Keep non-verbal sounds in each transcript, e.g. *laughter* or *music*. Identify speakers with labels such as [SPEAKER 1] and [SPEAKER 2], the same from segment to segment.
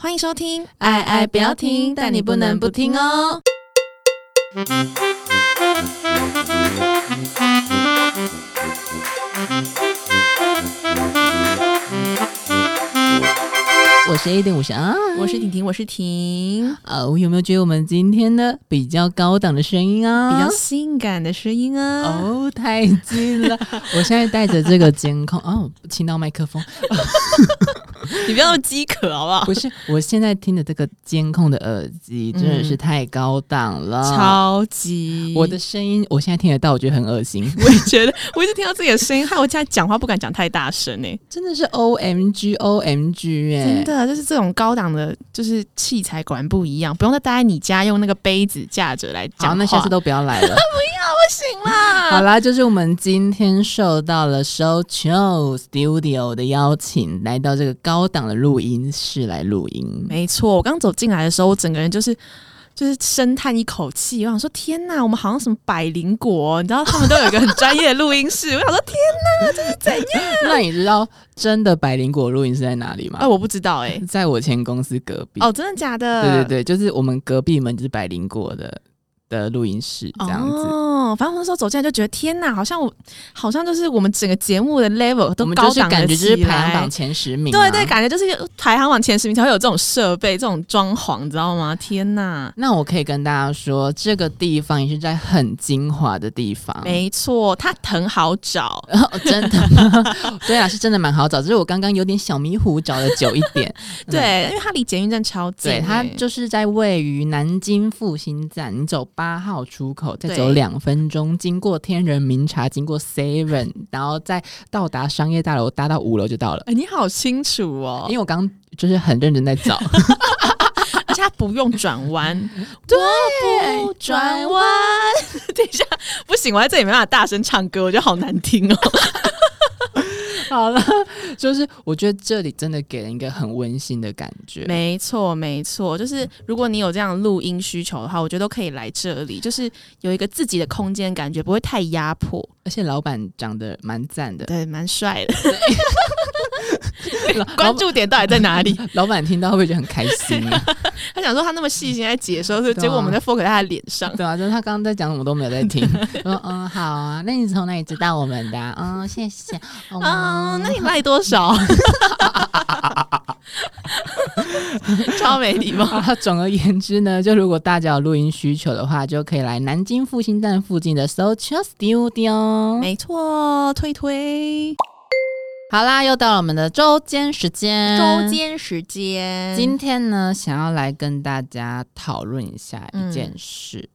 [SPEAKER 1] 欢迎收听，
[SPEAKER 2] 爱爱不要听，但你不能不听哦。我是 A 点五十二，
[SPEAKER 1] 我是婷婷，我是婷，
[SPEAKER 2] 哦，有没有觉得我们今天的比较高档的声音啊？
[SPEAKER 1] 比较性感的声音啊。
[SPEAKER 2] 哦，太近 *laughs* 了！我现在戴着这个监控哦，听到麦克风，
[SPEAKER 1] 你不要那么饥渴好不好？
[SPEAKER 2] 不是，我现在听的这个监控的耳机真的是太高档了，
[SPEAKER 1] 超级，
[SPEAKER 2] 啊我的声音，我现在听得到，我觉得很恶心，
[SPEAKER 1] 我也觉得， *laughs* 我一直听到自己的声音，害我现在讲话不敢讲太大声呢、
[SPEAKER 2] *laughs* 真的是 O M G O M G
[SPEAKER 1] 真
[SPEAKER 2] 哎、
[SPEAKER 1] 的，就是这种高档的，就是器材果然不一样，不用再待在你家用那个杯子架着来
[SPEAKER 2] 好，
[SPEAKER 1] 讲哦
[SPEAKER 2] 那下次
[SPEAKER 1] 都
[SPEAKER 2] 都不要来了。
[SPEAKER 1] 不行啦。
[SPEAKER 2] *laughs* 好啦，就是我们今天受到了 Show Chill Studio 的邀请，来到这个高档的录音室来录音。
[SPEAKER 1] 没错，我刚走进来的时候，我整个人就是就是深叹一口气，我想说天哪，我们好像什么百灵果哦、你知道他们都有一个很专业的录音室，我想说天，
[SPEAKER 2] 那你知道真的百灵果录音室在哪里吗？
[SPEAKER 1] 哎、我不知道哎、
[SPEAKER 2] 在我前公司隔壁。
[SPEAKER 1] 哦，真的假的？
[SPEAKER 2] 对对对，就是我们隔壁门就是百灵果的的录音室这样子。
[SPEAKER 1] 哦，反正我那时候走进来就觉得，天哪，好像我，好像就是我们整个节目的 level 都
[SPEAKER 2] 我们
[SPEAKER 1] 高
[SPEAKER 2] 就是
[SPEAKER 1] 档了
[SPEAKER 2] 感觉就是
[SPEAKER 1] 起来
[SPEAKER 2] 排行榜前十名、啊。
[SPEAKER 1] 对对，感觉就是排行榜前十名才会有这种设备、这种装潢，你知道吗？天哪！
[SPEAKER 2] 那我可以跟大家说，这个地方也是在很精华的地方，
[SPEAKER 1] 没错，它很好找，
[SPEAKER 2] *laughs* 哦、真的吗？ *laughs* 对啊，是真的蛮好找，只是我刚刚有点小迷糊，找的久一
[SPEAKER 1] *laughs*
[SPEAKER 2] 点。
[SPEAKER 1] *laughs*
[SPEAKER 2] 嗯
[SPEAKER 1] 对，因为它离捷运站超近、
[SPEAKER 2] 对，它
[SPEAKER 1] 欸
[SPEAKER 2] 就是在位于南京复兴站，你走八号出口，再走
[SPEAKER 1] 对
[SPEAKER 2] 两分钟，经过天人茗茶，经过 Seven，然后再到达商业大楼，搭到五楼就到了。
[SPEAKER 1] 哎、你好清楚哦
[SPEAKER 2] 因，为我刚就是很认真
[SPEAKER 1] *laughs*
[SPEAKER 2] 在找，
[SPEAKER 1] 而且它不用转
[SPEAKER 2] *laughs*
[SPEAKER 1] 弯，对不转弯。 *laughs* 等一下，不行，我在这里没办法大声唱歌，我觉得好难听哦。
[SPEAKER 2] 好了， *laughs* 就是我觉得这里真的给人一个很温馨的嗯感觉。
[SPEAKER 1] 没错，没错，就是如果你有这样录音需求的话，我觉得都可以来这里，就是有一个自己的空间，感觉不会太压迫。
[SPEAKER 2] 而且老板长得蛮赞的，
[SPEAKER 1] 对，蛮帅
[SPEAKER 2] *laughs*
[SPEAKER 1] 的。
[SPEAKER 2] 老
[SPEAKER 1] 关注点到底在哪里？
[SPEAKER 2] *laughs* 老板听到会不会觉得很开心
[SPEAKER 1] *laughs*
[SPEAKER 2] 啊？
[SPEAKER 1] 他想说他那么细心在解说，
[SPEAKER 2] 对啊
[SPEAKER 1] 结果我们在 focus 在他的脸上。
[SPEAKER 2] 对啊，就是他刚刚在讲什么都没有在
[SPEAKER 1] *laughs*
[SPEAKER 2] 听。我说嗯，好啊，那你从哪里知道我们的、啊？嗯，谢谢。
[SPEAKER 1] 嗯，
[SPEAKER 2] 嗯，
[SPEAKER 1] 那你赖多
[SPEAKER 2] *laughs*
[SPEAKER 1] 少？超没礼貌。
[SPEAKER 2] 好，总而言之呢，就如果大家有录音需求的话，就可以来南京复兴站附近的 Social Studio。
[SPEAKER 1] 没错，推推
[SPEAKER 2] 好啦，又到了我们的周间时间。
[SPEAKER 1] 周间时间，
[SPEAKER 2] 嗯今天呢，想要来跟大家讨论一下一
[SPEAKER 1] 嗯
[SPEAKER 2] 件事，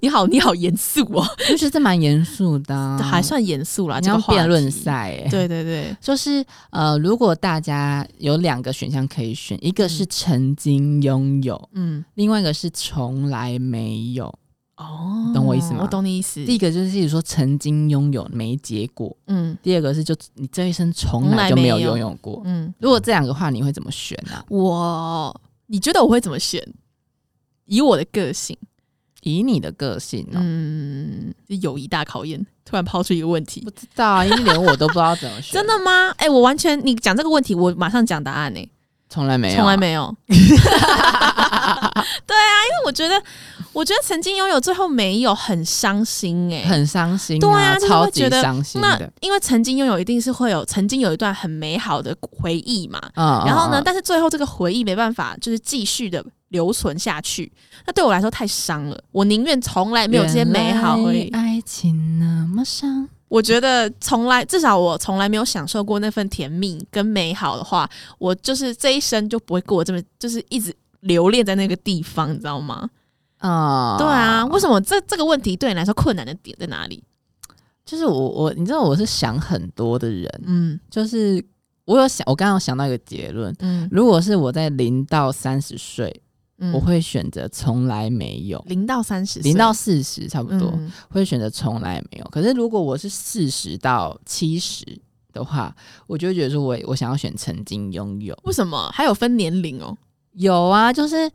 [SPEAKER 1] 你好，你好严肃哦，
[SPEAKER 2] 因为其实蛮严肃的啊、
[SPEAKER 1] 还算严肃啦，
[SPEAKER 2] 你
[SPEAKER 1] 这
[SPEAKER 2] 要
[SPEAKER 1] 个话
[SPEAKER 2] 辩论
[SPEAKER 1] 题。
[SPEAKER 2] 赛、欸。
[SPEAKER 1] 对对对，
[SPEAKER 2] 就是呃，如果大家有两个选项可以选，一个是曾经拥有，
[SPEAKER 1] 嗯。
[SPEAKER 2] 另外一个是从来没有。
[SPEAKER 1] 哦，
[SPEAKER 2] 懂我意思吗
[SPEAKER 1] 我懂你意思。
[SPEAKER 2] 第一个就是说曾经拥有没结果，
[SPEAKER 1] 嗯
[SPEAKER 2] 第二个是就你这一生从来就没有拥有过。
[SPEAKER 1] 嗯，
[SPEAKER 2] 如果这两个话，你会怎么选啊？
[SPEAKER 1] 我你觉得我会怎么选？以我的个性，
[SPEAKER 2] 以你的个性哦、
[SPEAKER 1] 嗯，友谊大考验。突然抛出一个问题
[SPEAKER 2] 不，知道啊，因为连我都不知道怎么选，
[SPEAKER 1] *laughs* 真的吗？哎、我完全你讲这个问题，我马上讲答案呢、
[SPEAKER 2] 从来没有啊，
[SPEAKER 1] 从来没
[SPEAKER 2] *laughs*
[SPEAKER 1] 有。对啊，因为我觉得，我觉得曾经拥有，最后没有，很伤心哎、
[SPEAKER 2] 很伤心、
[SPEAKER 1] 对啊就是会
[SPEAKER 2] 超级
[SPEAKER 1] 觉得
[SPEAKER 2] 伤心
[SPEAKER 1] 那
[SPEAKER 2] 的。
[SPEAKER 1] 因为曾经拥有，一定是会有曾经有一段很美好的回忆嘛。
[SPEAKER 2] 嗯
[SPEAKER 1] 然后呢，
[SPEAKER 2] 嗯嗯
[SPEAKER 1] 但是最后这个回忆没办法，就是继续的留存下去。那对我来说太伤了，我宁愿从来没有这些美好回忆
[SPEAKER 2] 原。来爱情那么伤，
[SPEAKER 1] 我觉得从来，至少我从来没有享受过那份甜蜜跟美好的话，我就是这一生就不会过这么，就是一直留恋在那个地方，你知道吗？
[SPEAKER 2] 啊、
[SPEAKER 1] 对啊，为什么这这个问题对你来说困难的点在哪里？
[SPEAKER 2] 就是我我你知道我是想很多的人，
[SPEAKER 1] 嗯
[SPEAKER 2] 就是我有想，我刚刚有想到一个结论，
[SPEAKER 1] 嗯，
[SPEAKER 2] 如果是我在零到三十岁，我
[SPEAKER 1] 我
[SPEAKER 2] 会选择从来没有。
[SPEAKER 1] 嗯零到三十岁，
[SPEAKER 2] 嗯零到四十差不多、
[SPEAKER 1] 嗯
[SPEAKER 2] 会选择从来没有，可是如果我是四十到七十的话，我就会觉得说我我想要选曾经拥有。
[SPEAKER 1] 为什么还有分年龄哦？
[SPEAKER 2] 有啊，就是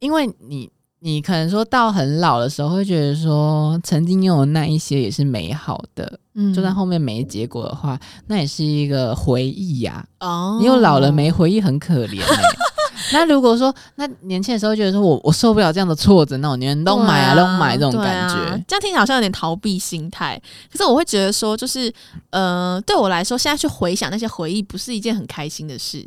[SPEAKER 2] 因为你你可能说到很老的时候，会觉得说曾经拥有那一些也是美好的，
[SPEAKER 1] 嗯
[SPEAKER 2] 就算后面没结果的话，那也是一个回忆呀、
[SPEAKER 1] 哦， *laughs*
[SPEAKER 2] 你又老了没回忆，很可怜、欸。那如果说，那年轻的时候觉得说我我受不了这样的挫折，那我宁愿都买啊，
[SPEAKER 1] 对
[SPEAKER 2] 都
[SPEAKER 1] 啊
[SPEAKER 2] 买这种
[SPEAKER 1] 对
[SPEAKER 2] 感
[SPEAKER 1] 啊
[SPEAKER 2] 觉。
[SPEAKER 1] 这样听起来好像有点逃避心态。可是我会觉得说，就是呃，对我来说，现在去回想那些回忆，不是一件很开心的事。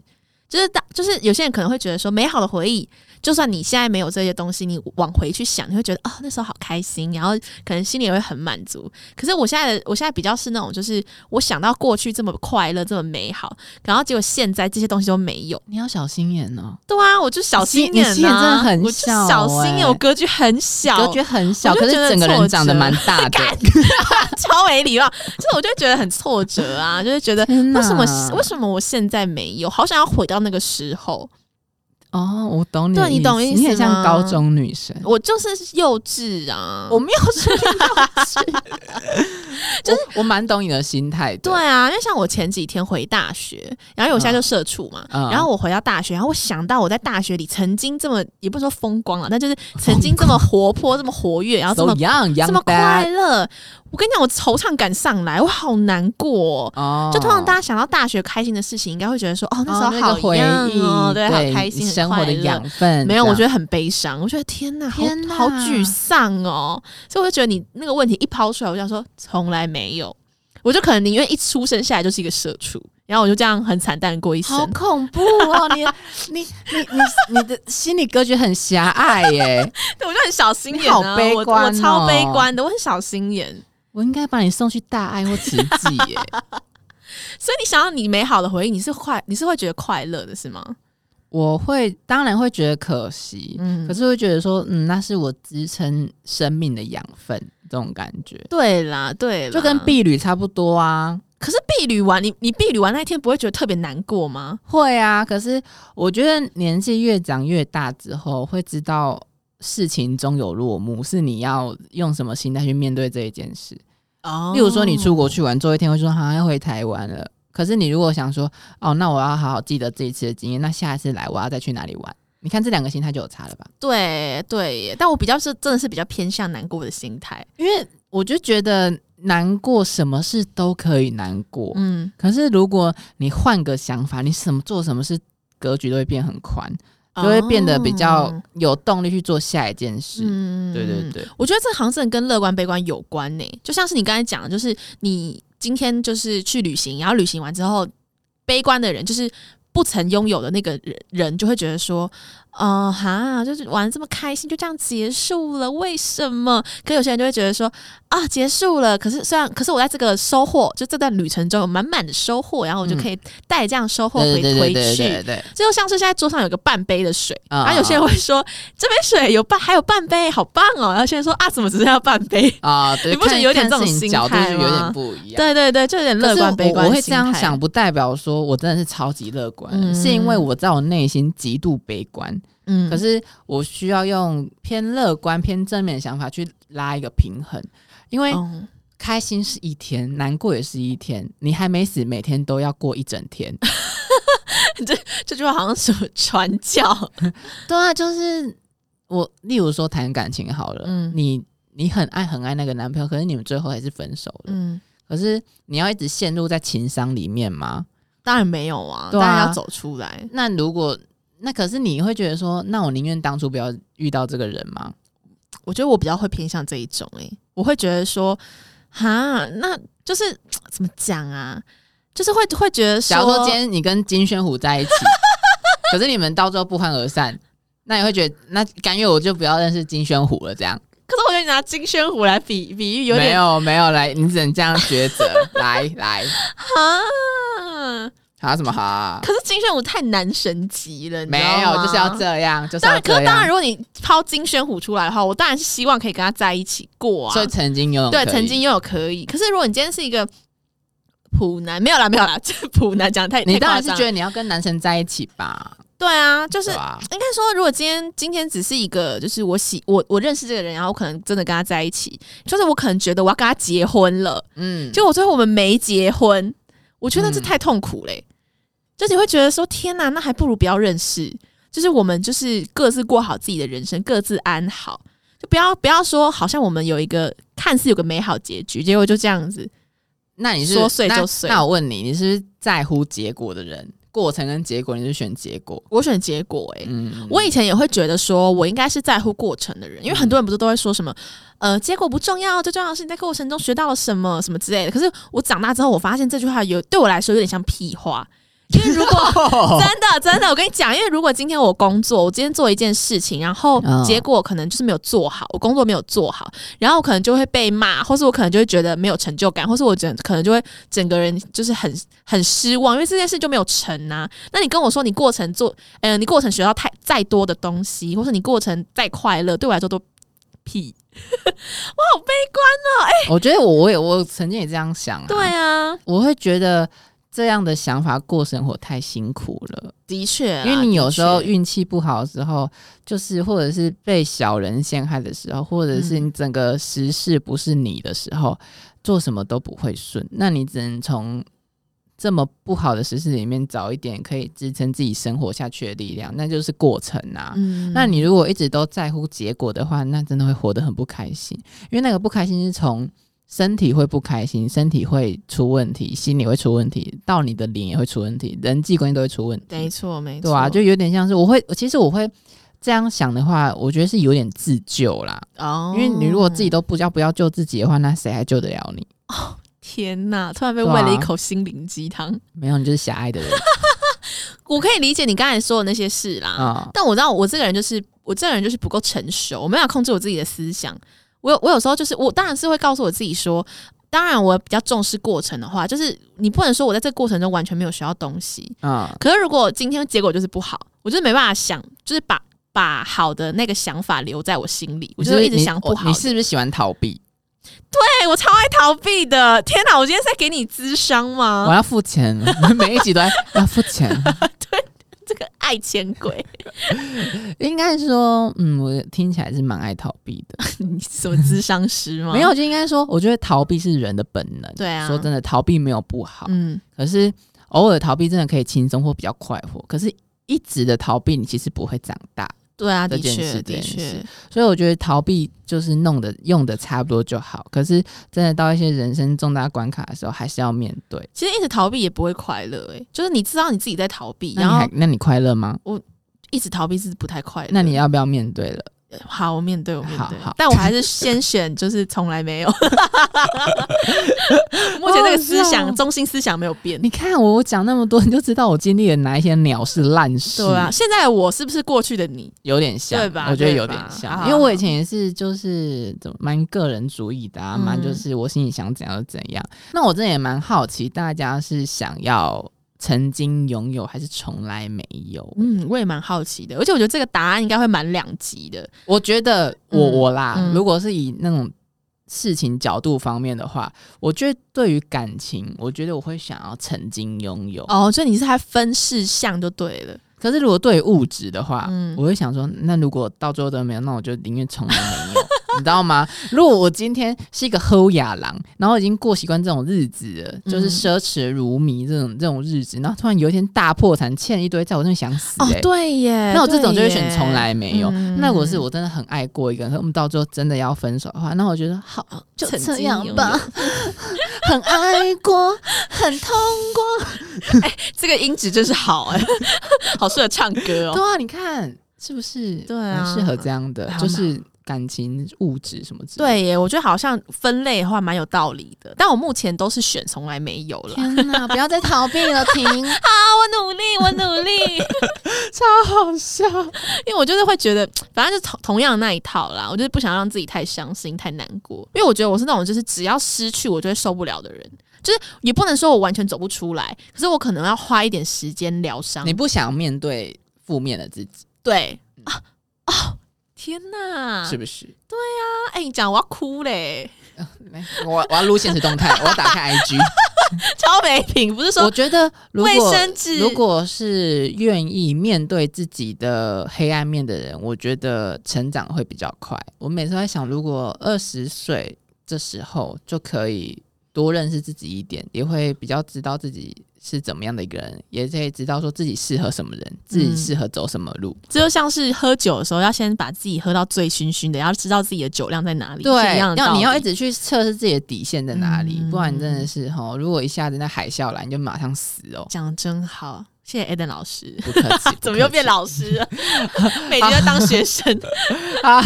[SPEAKER 1] 就是大，就是有些人可能会觉得说，美好的回忆，就算你现在没有这些东西，你往回去想，你会觉得哦，那时候好开心，然后可能心里也会很满足。可是我现在的，我现在比较是那种，就是我想到过去这么快乐，这么美好，然后结果现在这些东西都没有。
[SPEAKER 2] 你要小心眼哦，
[SPEAKER 1] 对啊，我就小心一
[SPEAKER 2] 你
[SPEAKER 1] 点、啊，
[SPEAKER 2] 心眼真的很
[SPEAKER 1] 我就
[SPEAKER 2] 小
[SPEAKER 1] 小心眼，
[SPEAKER 2] 欸
[SPEAKER 1] 我格局很小，
[SPEAKER 2] 格局很小，
[SPEAKER 1] 我就
[SPEAKER 2] 可是
[SPEAKER 1] 觉得
[SPEAKER 2] 整个人
[SPEAKER 1] 挫
[SPEAKER 2] 长得
[SPEAKER 1] 折
[SPEAKER 2] 蛮大的。
[SPEAKER 1] 干 *laughs* 超没礼貌，就是我就觉得很挫折
[SPEAKER 2] *laughs*
[SPEAKER 1] 啊，就是觉得
[SPEAKER 2] 天哪
[SPEAKER 1] 为什么为什么我现在没有，好想要回到那个时候，
[SPEAKER 2] 哦，我懂你的
[SPEAKER 1] 对
[SPEAKER 2] 思，
[SPEAKER 1] 你懂意
[SPEAKER 2] 你很
[SPEAKER 1] 思
[SPEAKER 2] 像
[SPEAKER 1] 吗嗯
[SPEAKER 2] 高中女生。
[SPEAKER 1] 我就是幼稚啊，
[SPEAKER 2] 我没有说你幼稚，
[SPEAKER 1] *laughs*
[SPEAKER 2] 就是我我蛮懂你的心态的。
[SPEAKER 1] 对啊，因为像我前几天回大学，然后因为我现在就社畜嘛，
[SPEAKER 2] 嗯
[SPEAKER 1] 然后我回到大学，然后我想到我在大学里曾经这么，也不是说风光了，但就是曾经这么活泼、这么活跃，然后这
[SPEAKER 2] so
[SPEAKER 1] 么
[SPEAKER 2] young, young
[SPEAKER 1] 这么
[SPEAKER 2] bad
[SPEAKER 1] 快乐。我跟你讲，我惆怅感上来，我好难过、哦。
[SPEAKER 2] 哦
[SPEAKER 1] 就通常大家想到大学开心的事情，应该会觉得说，哦，那时
[SPEAKER 2] 哦
[SPEAKER 1] 候
[SPEAKER 2] 那
[SPEAKER 1] 好
[SPEAKER 2] 个回
[SPEAKER 1] 样
[SPEAKER 2] 忆
[SPEAKER 1] 哦，对，好开心，很
[SPEAKER 2] 生活
[SPEAKER 1] 快
[SPEAKER 2] 的
[SPEAKER 1] 乐
[SPEAKER 2] 养分。
[SPEAKER 1] 没有，我觉
[SPEAKER 2] 得
[SPEAKER 1] 得很悲伤，我觉得天哪，好
[SPEAKER 2] 天哪
[SPEAKER 1] 好沮丧哦。所以我就觉得你那个问题一抛出来，我就想说从来没有，我就可能宁愿一出生下来就是一个社畜，然后我就这样很惨淡地过一生
[SPEAKER 2] 好。恐怖哦！你 *laughs* 你你你你的心理格局很狭隘耶。
[SPEAKER 1] *laughs*
[SPEAKER 2] *laughs*
[SPEAKER 1] 对，我就很小心眼、
[SPEAKER 2] 你
[SPEAKER 1] 啊，
[SPEAKER 2] 好悲观
[SPEAKER 1] 我我超悲
[SPEAKER 2] 哦
[SPEAKER 1] 观的，我很小心眼。
[SPEAKER 2] 我应该把你送去大爱或慈济耶。 *laughs*
[SPEAKER 1] 所以你想要你美好的回忆，你是快，你是会觉得快乐的是吗？
[SPEAKER 2] 我会当然会觉得可惜，
[SPEAKER 1] 嗯
[SPEAKER 2] 可是会觉得说，嗯，那是我支撑生命的养分，这种感觉
[SPEAKER 1] 对啦，对啦，
[SPEAKER 2] 就跟
[SPEAKER 1] 避，
[SPEAKER 2] 婢女差不多啊。
[SPEAKER 1] 可是避旅完，你你避旅完那一天不会觉得特别难过吗？
[SPEAKER 2] 会啊，可是我觉得年纪越长越大之后，会知道事情终有落幕，是你要用什么心态去面对这一件事。
[SPEAKER 1] 哦
[SPEAKER 2] 例如说，你出国去玩，最后一天会说好像要回台湾了。可是你如果想说，哦，那我要好好记得这一次的经验，那下一次来我要再去哪里玩？你看这两个心态就有差了吧？
[SPEAKER 1] 对对耶，但我比较是真的是比较偏向难过的心态。
[SPEAKER 2] 因为我就觉得难过，什么事都可以难过。
[SPEAKER 1] 嗯，
[SPEAKER 2] 可是如果你换个想法，你什么做什么事，格局都会变很宽，就会变得比较
[SPEAKER 1] 哦
[SPEAKER 2] 有动力去做下一件事。
[SPEAKER 1] 嗯
[SPEAKER 2] 对对。对，
[SPEAKER 1] 我觉得这好像真的跟乐观悲观有关呢、就像是你刚才讲的，就是你今天就是去旅行，然后旅行完之后，悲观的人就是。不曾拥有的那个人人就会觉得说，呃哈，就是玩得这么开心，就这样结束了，为什么？可有些人就会觉得说，啊，结束了。可是虽然，可是我在这个收获，就这段旅程中有满满的收获，然后我就
[SPEAKER 2] 嗯
[SPEAKER 1] 可以带着这样的收获回、
[SPEAKER 2] 对对对
[SPEAKER 1] 回
[SPEAKER 2] 对
[SPEAKER 1] 去
[SPEAKER 2] 对对，
[SPEAKER 1] 这就像是现在桌上有个半杯的水，
[SPEAKER 2] 啊
[SPEAKER 1] 然后有些人会说这杯水有半还有半杯，好棒哦。然后现在说啊，怎么只剩下半杯？
[SPEAKER 2] 啊，对，
[SPEAKER 1] 你不觉得
[SPEAKER 2] 看
[SPEAKER 1] 有点
[SPEAKER 2] 看
[SPEAKER 1] 这种
[SPEAKER 2] 事情
[SPEAKER 1] 心
[SPEAKER 2] 角度
[SPEAKER 1] 态
[SPEAKER 2] 就有
[SPEAKER 1] 吗
[SPEAKER 2] 点不一样？
[SPEAKER 1] 对对对，就有点
[SPEAKER 2] 可
[SPEAKER 1] 乐
[SPEAKER 2] 是
[SPEAKER 1] 观悲观
[SPEAKER 2] 我，
[SPEAKER 1] 的
[SPEAKER 2] 我会这样
[SPEAKER 1] 心态
[SPEAKER 2] 想，，不代表说我真的是超级乐
[SPEAKER 1] 嗯
[SPEAKER 2] 观，是因为我在我内心极度悲观，
[SPEAKER 1] 嗯
[SPEAKER 2] 可是我需要用偏乐观、偏正面的想法去拉一个平衡，因为
[SPEAKER 1] 嗯
[SPEAKER 2] 开心是一天，难过也是一天，你还没死，每天都要过一整天。
[SPEAKER 1] 这句话好像什么传教，
[SPEAKER 2] 对啊，就是我，例如说谈感情好了，
[SPEAKER 1] 嗯
[SPEAKER 2] 你你很爱很爱那个男朋友，可是你们最后还是分手了，
[SPEAKER 1] 嗯，
[SPEAKER 2] 可是你要一直陷入在情伤里面吗？
[SPEAKER 1] 当然没有啊，
[SPEAKER 2] 对
[SPEAKER 1] 当
[SPEAKER 2] 啊
[SPEAKER 1] 然要走出来。
[SPEAKER 2] 那如果那可是你会觉得说，那我宁愿当初不要遇到这个人吗？
[SPEAKER 1] 我觉得我比较会偏向这一种、欸，我会觉得说，哈，那就是怎么讲啊？就是会会觉得
[SPEAKER 2] 假如说今天你跟金宣
[SPEAKER 1] *laughs*
[SPEAKER 2] 虎在一起，可是你们到最后不欢而散，那你会觉得那甘愿我就不要认识金宣虎了这样？
[SPEAKER 1] 可是我觉得你拿金宣虎来比比喻有
[SPEAKER 2] 没
[SPEAKER 1] 点
[SPEAKER 2] 有没有来，你只能这样抉择。 *laughs* 来来，
[SPEAKER 1] 哈。
[SPEAKER 2] 好什么好啊？
[SPEAKER 1] 可是金宣虎太男神级了，你知道
[SPEAKER 2] 没有，
[SPEAKER 1] 吗
[SPEAKER 2] 就是要。这样，就是
[SPEAKER 1] 当
[SPEAKER 2] 要
[SPEAKER 1] 然，可
[SPEAKER 2] 这
[SPEAKER 1] 是当然，
[SPEAKER 2] 样。
[SPEAKER 1] 如果你抛金宣虎出来的话，我当然是希望可以跟他在一起过啊。
[SPEAKER 2] 所以曾经拥有
[SPEAKER 1] 对，
[SPEAKER 2] 可以
[SPEAKER 1] 曾经拥有可以。可是如果你今天是一个普男，没有啦，没有啦， *laughs* 这普男讲得太
[SPEAKER 2] 你
[SPEAKER 1] 太
[SPEAKER 2] 当
[SPEAKER 1] 夸
[SPEAKER 2] 然是
[SPEAKER 1] 张
[SPEAKER 2] 觉得你要跟男生在一起吧？
[SPEAKER 1] 对啊，就是
[SPEAKER 2] 对吧？
[SPEAKER 1] 应该说，如果今天今天只是一个，就是我喜我我认识这个人，然后我可能真的跟他在一起，就是我可能觉得我要跟他结婚了，
[SPEAKER 2] 嗯，
[SPEAKER 1] 结果最后我们没结婚，我觉得这太痛苦嘞、就是你会觉得说，天哪，那还不如不要认识。就是我们就是各自过好自己的人生，各自安好，就不要不要说好像我们有一个看似有个美好结局，结果就这样子。
[SPEAKER 2] 那你是
[SPEAKER 1] 说碎就
[SPEAKER 2] 那
[SPEAKER 1] 碎
[SPEAKER 2] 那我问你，你是不是在乎结果的人？过程跟结果，你是选结果。
[SPEAKER 1] 我选结果、欸，
[SPEAKER 2] 嗯，
[SPEAKER 1] 我以前也会觉得说，我应该是在乎过程的人，因为很多人不是都会说什么，呃，结果不重要，最重要的是你在过程中学到了什么什么之类的。可是我长大之后，我发现这句话有对我来说有点像屁话，因为如果
[SPEAKER 2] 哦
[SPEAKER 1] 真的真的，我跟你讲，因为如果今天我工作，我今天做一件事情，然后
[SPEAKER 2] 嗯
[SPEAKER 1] 结果可能就是没有做好，我工作没有做好，然后我可能就会被骂，或是我可能就会觉得没有成就感，或是我整可能就会整个人就是很很失望，因为这件事就没有成啊。那你跟我说你过程做，呃，你过程学到太再多的东西，或是你过程再快乐，对我来说都屁。
[SPEAKER 2] *laughs* 我觉得我我也我曾经也这样想、啊，
[SPEAKER 1] 对，啊，
[SPEAKER 2] 我会觉得这样的想法过生活太辛苦了，
[SPEAKER 1] 的确啦，
[SPEAKER 2] 因为你有时候
[SPEAKER 1] 啊的确
[SPEAKER 2] 运气不好的时候，就是或者是被小人陷害的时候，或者是
[SPEAKER 1] 嗯
[SPEAKER 2] 你整个时事不是你的时候，做什么都不会顺，那你只能从。这么不好的时事里面找一点可以支撑自己生活下去的力量，那就是过程啊。
[SPEAKER 1] 嗯
[SPEAKER 2] 那你如果一直都在乎结果的话，那真的会活得很不开心，因为那个不开心是从身体会不开心，身体会出问题，心理会出问题，到你的脸也会出问题，人际关系都会出问
[SPEAKER 1] 没
[SPEAKER 2] 题，
[SPEAKER 1] 错没错，
[SPEAKER 2] 对啊，就有点像是我会，其实我会这样想的话，我觉得是有点自救啦，
[SPEAKER 1] 哦，
[SPEAKER 2] 因为啊你如果自己都不要不要救自己的话，那谁还救得了你？
[SPEAKER 1] 天哪，突然被
[SPEAKER 2] 对啊
[SPEAKER 1] 喂了一口心灵鸡汤，
[SPEAKER 2] 没有，你就是狭
[SPEAKER 1] *laughs*
[SPEAKER 2] 隘的人
[SPEAKER 1] 我可以理解你刚才说的那些事啦，
[SPEAKER 2] 啊、
[SPEAKER 1] 但我知道我这个人就是我这个人就是不够成熟，我没有办法控制我自己的思想。我有我有时候就是我当然是会告诉我自己说，当然我比较重视过程的话，就是你不能说我在这过程中完全没有学到东西。
[SPEAKER 2] 啊、
[SPEAKER 1] 可是如果今天结果就是不好，我就是没办法想，就是把把好的那个想法留在我心里，我就是
[SPEAKER 2] 你是
[SPEAKER 1] 一直想不好
[SPEAKER 2] 你
[SPEAKER 1] 的。
[SPEAKER 2] 哦你是不是喜欢逃避？
[SPEAKER 1] 哎、我超爱逃避的。天哪，我今天是在给你智商吗
[SPEAKER 2] 我？要
[SPEAKER 1] *laughs*
[SPEAKER 2] 付钱，每一集都在要付钱。
[SPEAKER 1] 这个爱钱
[SPEAKER 2] *laughs*
[SPEAKER 1] 鬼，
[SPEAKER 2] 应该是说，嗯，我听起来是蛮爱逃避的。
[SPEAKER 1] 你是什么智商师吗？
[SPEAKER 2] 没有，，就应该说，我觉得逃避是人的本能。
[SPEAKER 1] 对啊
[SPEAKER 2] 说真的，逃避没有不好，
[SPEAKER 1] 嗯，
[SPEAKER 2] 可是偶尔逃避真的可以轻松或比较快活。可是一直的逃避，你其实不会长大。
[SPEAKER 1] 对啊，的
[SPEAKER 2] 这件
[SPEAKER 1] 确，
[SPEAKER 2] 事
[SPEAKER 1] 的
[SPEAKER 2] 这件事
[SPEAKER 1] 确，
[SPEAKER 2] 所以我觉得逃避就是弄的用的差不多就好。可是真的到一些人生重大关卡的时候，还是要面对。
[SPEAKER 1] 其实一直逃避也不会快乐，哎，就是你知道你自己在逃避，
[SPEAKER 2] 那
[SPEAKER 1] 然
[SPEAKER 2] 你
[SPEAKER 1] 后
[SPEAKER 2] 还那你快乐吗？
[SPEAKER 1] 一直逃避是不太快乐。
[SPEAKER 2] 那你要不要面对了？
[SPEAKER 1] 好，我面对，我面对
[SPEAKER 2] 好好，
[SPEAKER 1] 但我
[SPEAKER 2] *laughs*
[SPEAKER 1] 还是先选，就是从来没有。目前这个思
[SPEAKER 2] 好好笑
[SPEAKER 1] 想
[SPEAKER 2] 哦
[SPEAKER 1] 中心思想没有变
[SPEAKER 2] 你，看我我讲那么多，你就知道我经历了哪一些鸟事烂事。
[SPEAKER 1] 对啊。现在的我是不是过去的你？
[SPEAKER 2] 有点像，
[SPEAKER 1] 对吧
[SPEAKER 2] 我觉得有
[SPEAKER 1] 对吧
[SPEAKER 2] 点
[SPEAKER 1] 好
[SPEAKER 2] 像，
[SPEAKER 1] 好
[SPEAKER 2] 因为我以前也是就是怎么蛮个人主义的、啊，
[SPEAKER 1] 嗯
[SPEAKER 2] 蛮、就是我心里想怎样就怎样。那我真的也蛮好奇，大家是想要曾经拥有，还是从来没有？
[SPEAKER 1] 嗯，我也蛮好奇的，而且我觉得这个答案应该会蛮两极的。
[SPEAKER 2] 我觉得我、
[SPEAKER 1] 嗯
[SPEAKER 2] 我啦，
[SPEAKER 1] 嗯
[SPEAKER 2] 如果是以那种事情角度方面的话，我觉得对于感情，我觉得我会想要曾经拥有。
[SPEAKER 1] 哦，所以你是还分事项就对了。
[SPEAKER 2] 可是如果对于物质的话，
[SPEAKER 1] 嗯
[SPEAKER 2] 我会想说，那如果到最后都没有，那我就宁愿从来没有， *laughs* 你知道吗？如果我今天是一个齁雅郎，然后已经过习惯这种日子了，就是
[SPEAKER 1] 嗯
[SPEAKER 2] 奢侈如迷这种这种日子，然后突然有一天大破产，欠一堆债，我真的想死、
[SPEAKER 1] 哦
[SPEAKER 2] 欸。，
[SPEAKER 1] 对耶，
[SPEAKER 2] 那我这种就会
[SPEAKER 1] 对耶
[SPEAKER 2] 选从来没有。
[SPEAKER 1] 嗯
[SPEAKER 2] 那我是我真的很爱过一个人，可是我们到最后真的要分手的话，那我觉得好就
[SPEAKER 1] 曾
[SPEAKER 2] 这
[SPEAKER 1] 经
[SPEAKER 2] 样
[SPEAKER 1] 拥
[SPEAKER 2] 吧
[SPEAKER 1] 有，
[SPEAKER 2] 很爱过，很痛过。
[SPEAKER 1] 这个音质真是好哎， *laughs* 好适合唱歌哦。
[SPEAKER 2] 对啊，你看是不是？
[SPEAKER 1] 对啊
[SPEAKER 2] 蛮适合这样的
[SPEAKER 1] 好，嘛
[SPEAKER 2] 就是感情、物质什么之类
[SPEAKER 1] 对耶，我觉得好像分类的话蛮有道理的，但我目前都是选从来没有
[SPEAKER 2] 的。
[SPEAKER 1] 了。
[SPEAKER 2] 天哪！不要再逃避了，
[SPEAKER 1] *laughs*
[SPEAKER 2] 停，
[SPEAKER 1] 啊，我努力，我努力，
[SPEAKER 2] 好笑。
[SPEAKER 1] *laughs* 因为我就是会觉得，反正就同同样那一套啦，我就是不想让自己太伤心、太难过，因为我觉得我是那种就是只要失去我就会受不了的人，就是也不能说我完全走不出来，可是我可能要花一点时间疗伤
[SPEAKER 2] 你。不想面对负面的自己，
[SPEAKER 1] 对啊，哦，天哪！
[SPEAKER 2] 是不是？
[SPEAKER 1] 啊，哎、你讲我要哭嘞，
[SPEAKER 2] 来我我要录现实动态，我要打 *laughs* 开 IG。
[SPEAKER 1] *laughs* 超没品，不是
[SPEAKER 2] 我
[SPEAKER 1] 说
[SPEAKER 2] 觉得如
[SPEAKER 1] 卫
[SPEAKER 2] 果
[SPEAKER 1] 生纸
[SPEAKER 2] 如果是愿意面对自己的黑暗面的人，我觉得成长会比较快。我每次在想，如果二十岁这时候就可以多认识自己一点，也会比较知道自己是怎么样的一个人，也可以知道说自己适合什么人，自己适合走什么路。
[SPEAKER 1] 这就像是喝酒的时候要先把自己喝到醉醺醺的，要知道自己的酒量在哪里，是一
[SPEAKER 2] 对，
[SPEAKER 1] 样的
[SPEAKER 2] 要
[SPEAKER 1] 道
[SPEAKER 2] 你要
[SPEAKER 1] 理
[SPEAKER 2] 一直去测试自己的底线在哪里，
[SPEAKER 1] 嗯
[SPEAKER 2] 不然真的是哈，如果一下子那海啸来，你就马上死哦。
[SPEAKER 1] 讲得真好，谢谢 Eden 老师。，
[SPEAKER 2] *laughs* 不客气
[SPEAKER 1] 怎么又变
[SPEAKER 2] 老？
[SPEAKER 1] 老师 *laughs* 了？每天在当学 *laughs* 生。
[SPEAKER 2] 啊，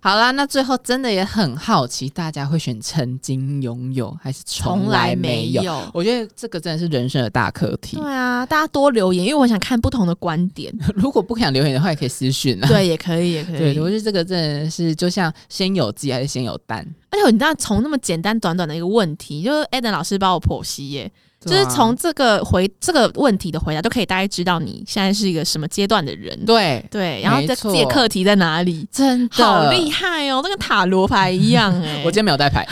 [SPEAKER 2] 好啦，那最后真的也很好奇，大家会选曾经拥有还是从来没
[SPEAKER 1] *laughs*
[SPEAKER 2] 有？
[SPEAKER 1] 有。
[SPEAKER 2] 我觉得这个真的是人生的大课题
[SPEAKER 1] 对。啊，大家多留言，因为我想看不同的观 *laughs* 点。
[SPEAKER 2] *laughs* 如果不想留言的话，也可以私讯啊。
[SPEAKER 1] 对，也可以，也可
[SPEAKER 2] 对，
[SPEAKER 1] 以。
[SPEAKER 2] 我觉得这个真的是就像先有鸡还是先有蛋，
[SPEAKER 1] 而且你知道，从那么简单短短的一个问题，就是 Eden 老师把我剖析耶，就是
[SPEAKER 2] 对啊
[SPEAKER 1] 从这个回这个问题的回答，就可以大概知道你现在是一个什么阶段的人。
[SPEAKER 2] 对，
[SPEAKER 1] 对，然后
[SPEAKER 2] 没
[SPEAKER 1] 这
[SPEAKER 2] 错
[SPEAKER 1] 自己的课题在哪里？
[SPEAKER 2] 真的
[SPEAKER 1] 好厉害哦，那跟塔罗牌一 *laughs* 样哎、
[SPEAKER 2] 我今天没有带牌，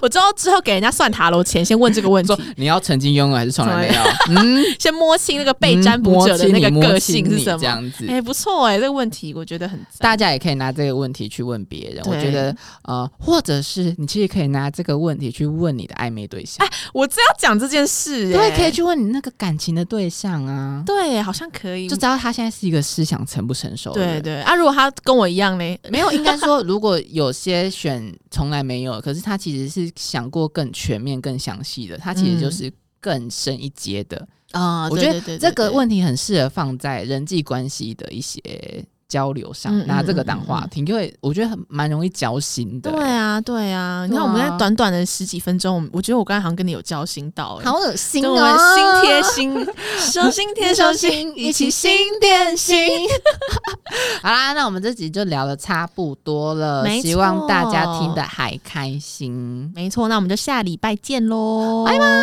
[SPEAKER 1] 我之后之后给人家算塔罗前，先问这个问 *laughs* 题
[SPEAKER 2] 说，你要曾经拥有还是从
[SPEAKER 1] *laughs*
[SPEAKER 2] 来没有？嗯，
[SPEAKER 1] 先摸清那个被占卜
[SPEAKER 2] 摸
[SPEAKER 1] 者的
[SPEAKER 2] 清
[SPEAKER 1] 那
[SPEAKER 2] 你
[SPEAKER 1] 个
[SPEAKER 2] 摸
[SPEAKER 1] 个
[SPEAKER 2] 清
[SPEAKER 1] 性是
[SPEAKER 2] 你
[SPEAKER 1] 什
[SPEAKER 2] 这
[SPEAKER 1] 么。
[SPEAKER 2] 样子
[SPEAKER 1] 哎、，不错哎、这个问题我觉得很赞。
[SPEAKER 2] 大家也可以拿这个问题去问别人，我
[SPEAKER 1] 对
[SPEAKER 2] 觉得呃，或者是你其实可以拿这个问题去问你的暧昧对象，
[SPEAKER 1] 我正要讲这件事、哎，
[SPEAKER 2] 对，可以去问你那个感情的对象啊，
[SPEAKER 1] 对，好像可以。
[SPEAKER 2] 就知道他现在是一个思想成不成熟的
[SPEAKER 1] 对
[SPEAKER 2] 人。
[SPEAKER 1] 对啊，如果他跟我一样嘞，
[SPEAKER 2] 没有，应该说，如果有些选从来没有，可是他其实是想过更全面、更详细的，他其实
[SPEAKER 1] *laughs* 嗯
[SPEAKER 2] 就是更深一阶的。
[SPEAKER 1] 啊
[SPEAKER 2] 我
[SPEAKER 1] 对
[SPEAKER 2] 觉
[SPEAKER 1] 对对
[SPEAKER 2] 得这
[SPEAKER 1] 对
[SPEAKER 2] 个
[SPEAKER 1] 对
[SPEAKER 2] 问题很适合放在人际关系的一些交流上，
[SPEAKER 1] 嗯
[SPEAKER 2] 拿这个
[SPEAKER 1] 嗯
[SPEAKER 2] 当
[SPEAKER 1] 嗯
[SPEAKER 2] 话题，因为我觉得很蛮容易交心的、
[SPEAKER 1] 对啊，对啊，你
[SPEAKER 2] 对
[SPEAKER 1] 看我们在
[SPEAKER 2] 啊
[SPEAKER 1] 短短的十几分钟，我们我觉得我刚才好像跟你有交心到、哎，
[SPEAKER 2] 好恶心
[SPEAKER 1] 对，我们
[SPEAKER 2] 哦！
[SPEAKER 1] 心贴心，手 *laughs* 心贴
[SPEAKER 2] *laughs*
[SPEAKER 1] 手心，一起心点心。
[SPEAKER 2] 好啦，那我们这集就聊的差不多了，
[SPEAKER 1] 没错
[SPEAKER 2] 希望大家听的还开心。
[SPEAKER 1] 没错，那我们就下礼拜见喽，拜拜。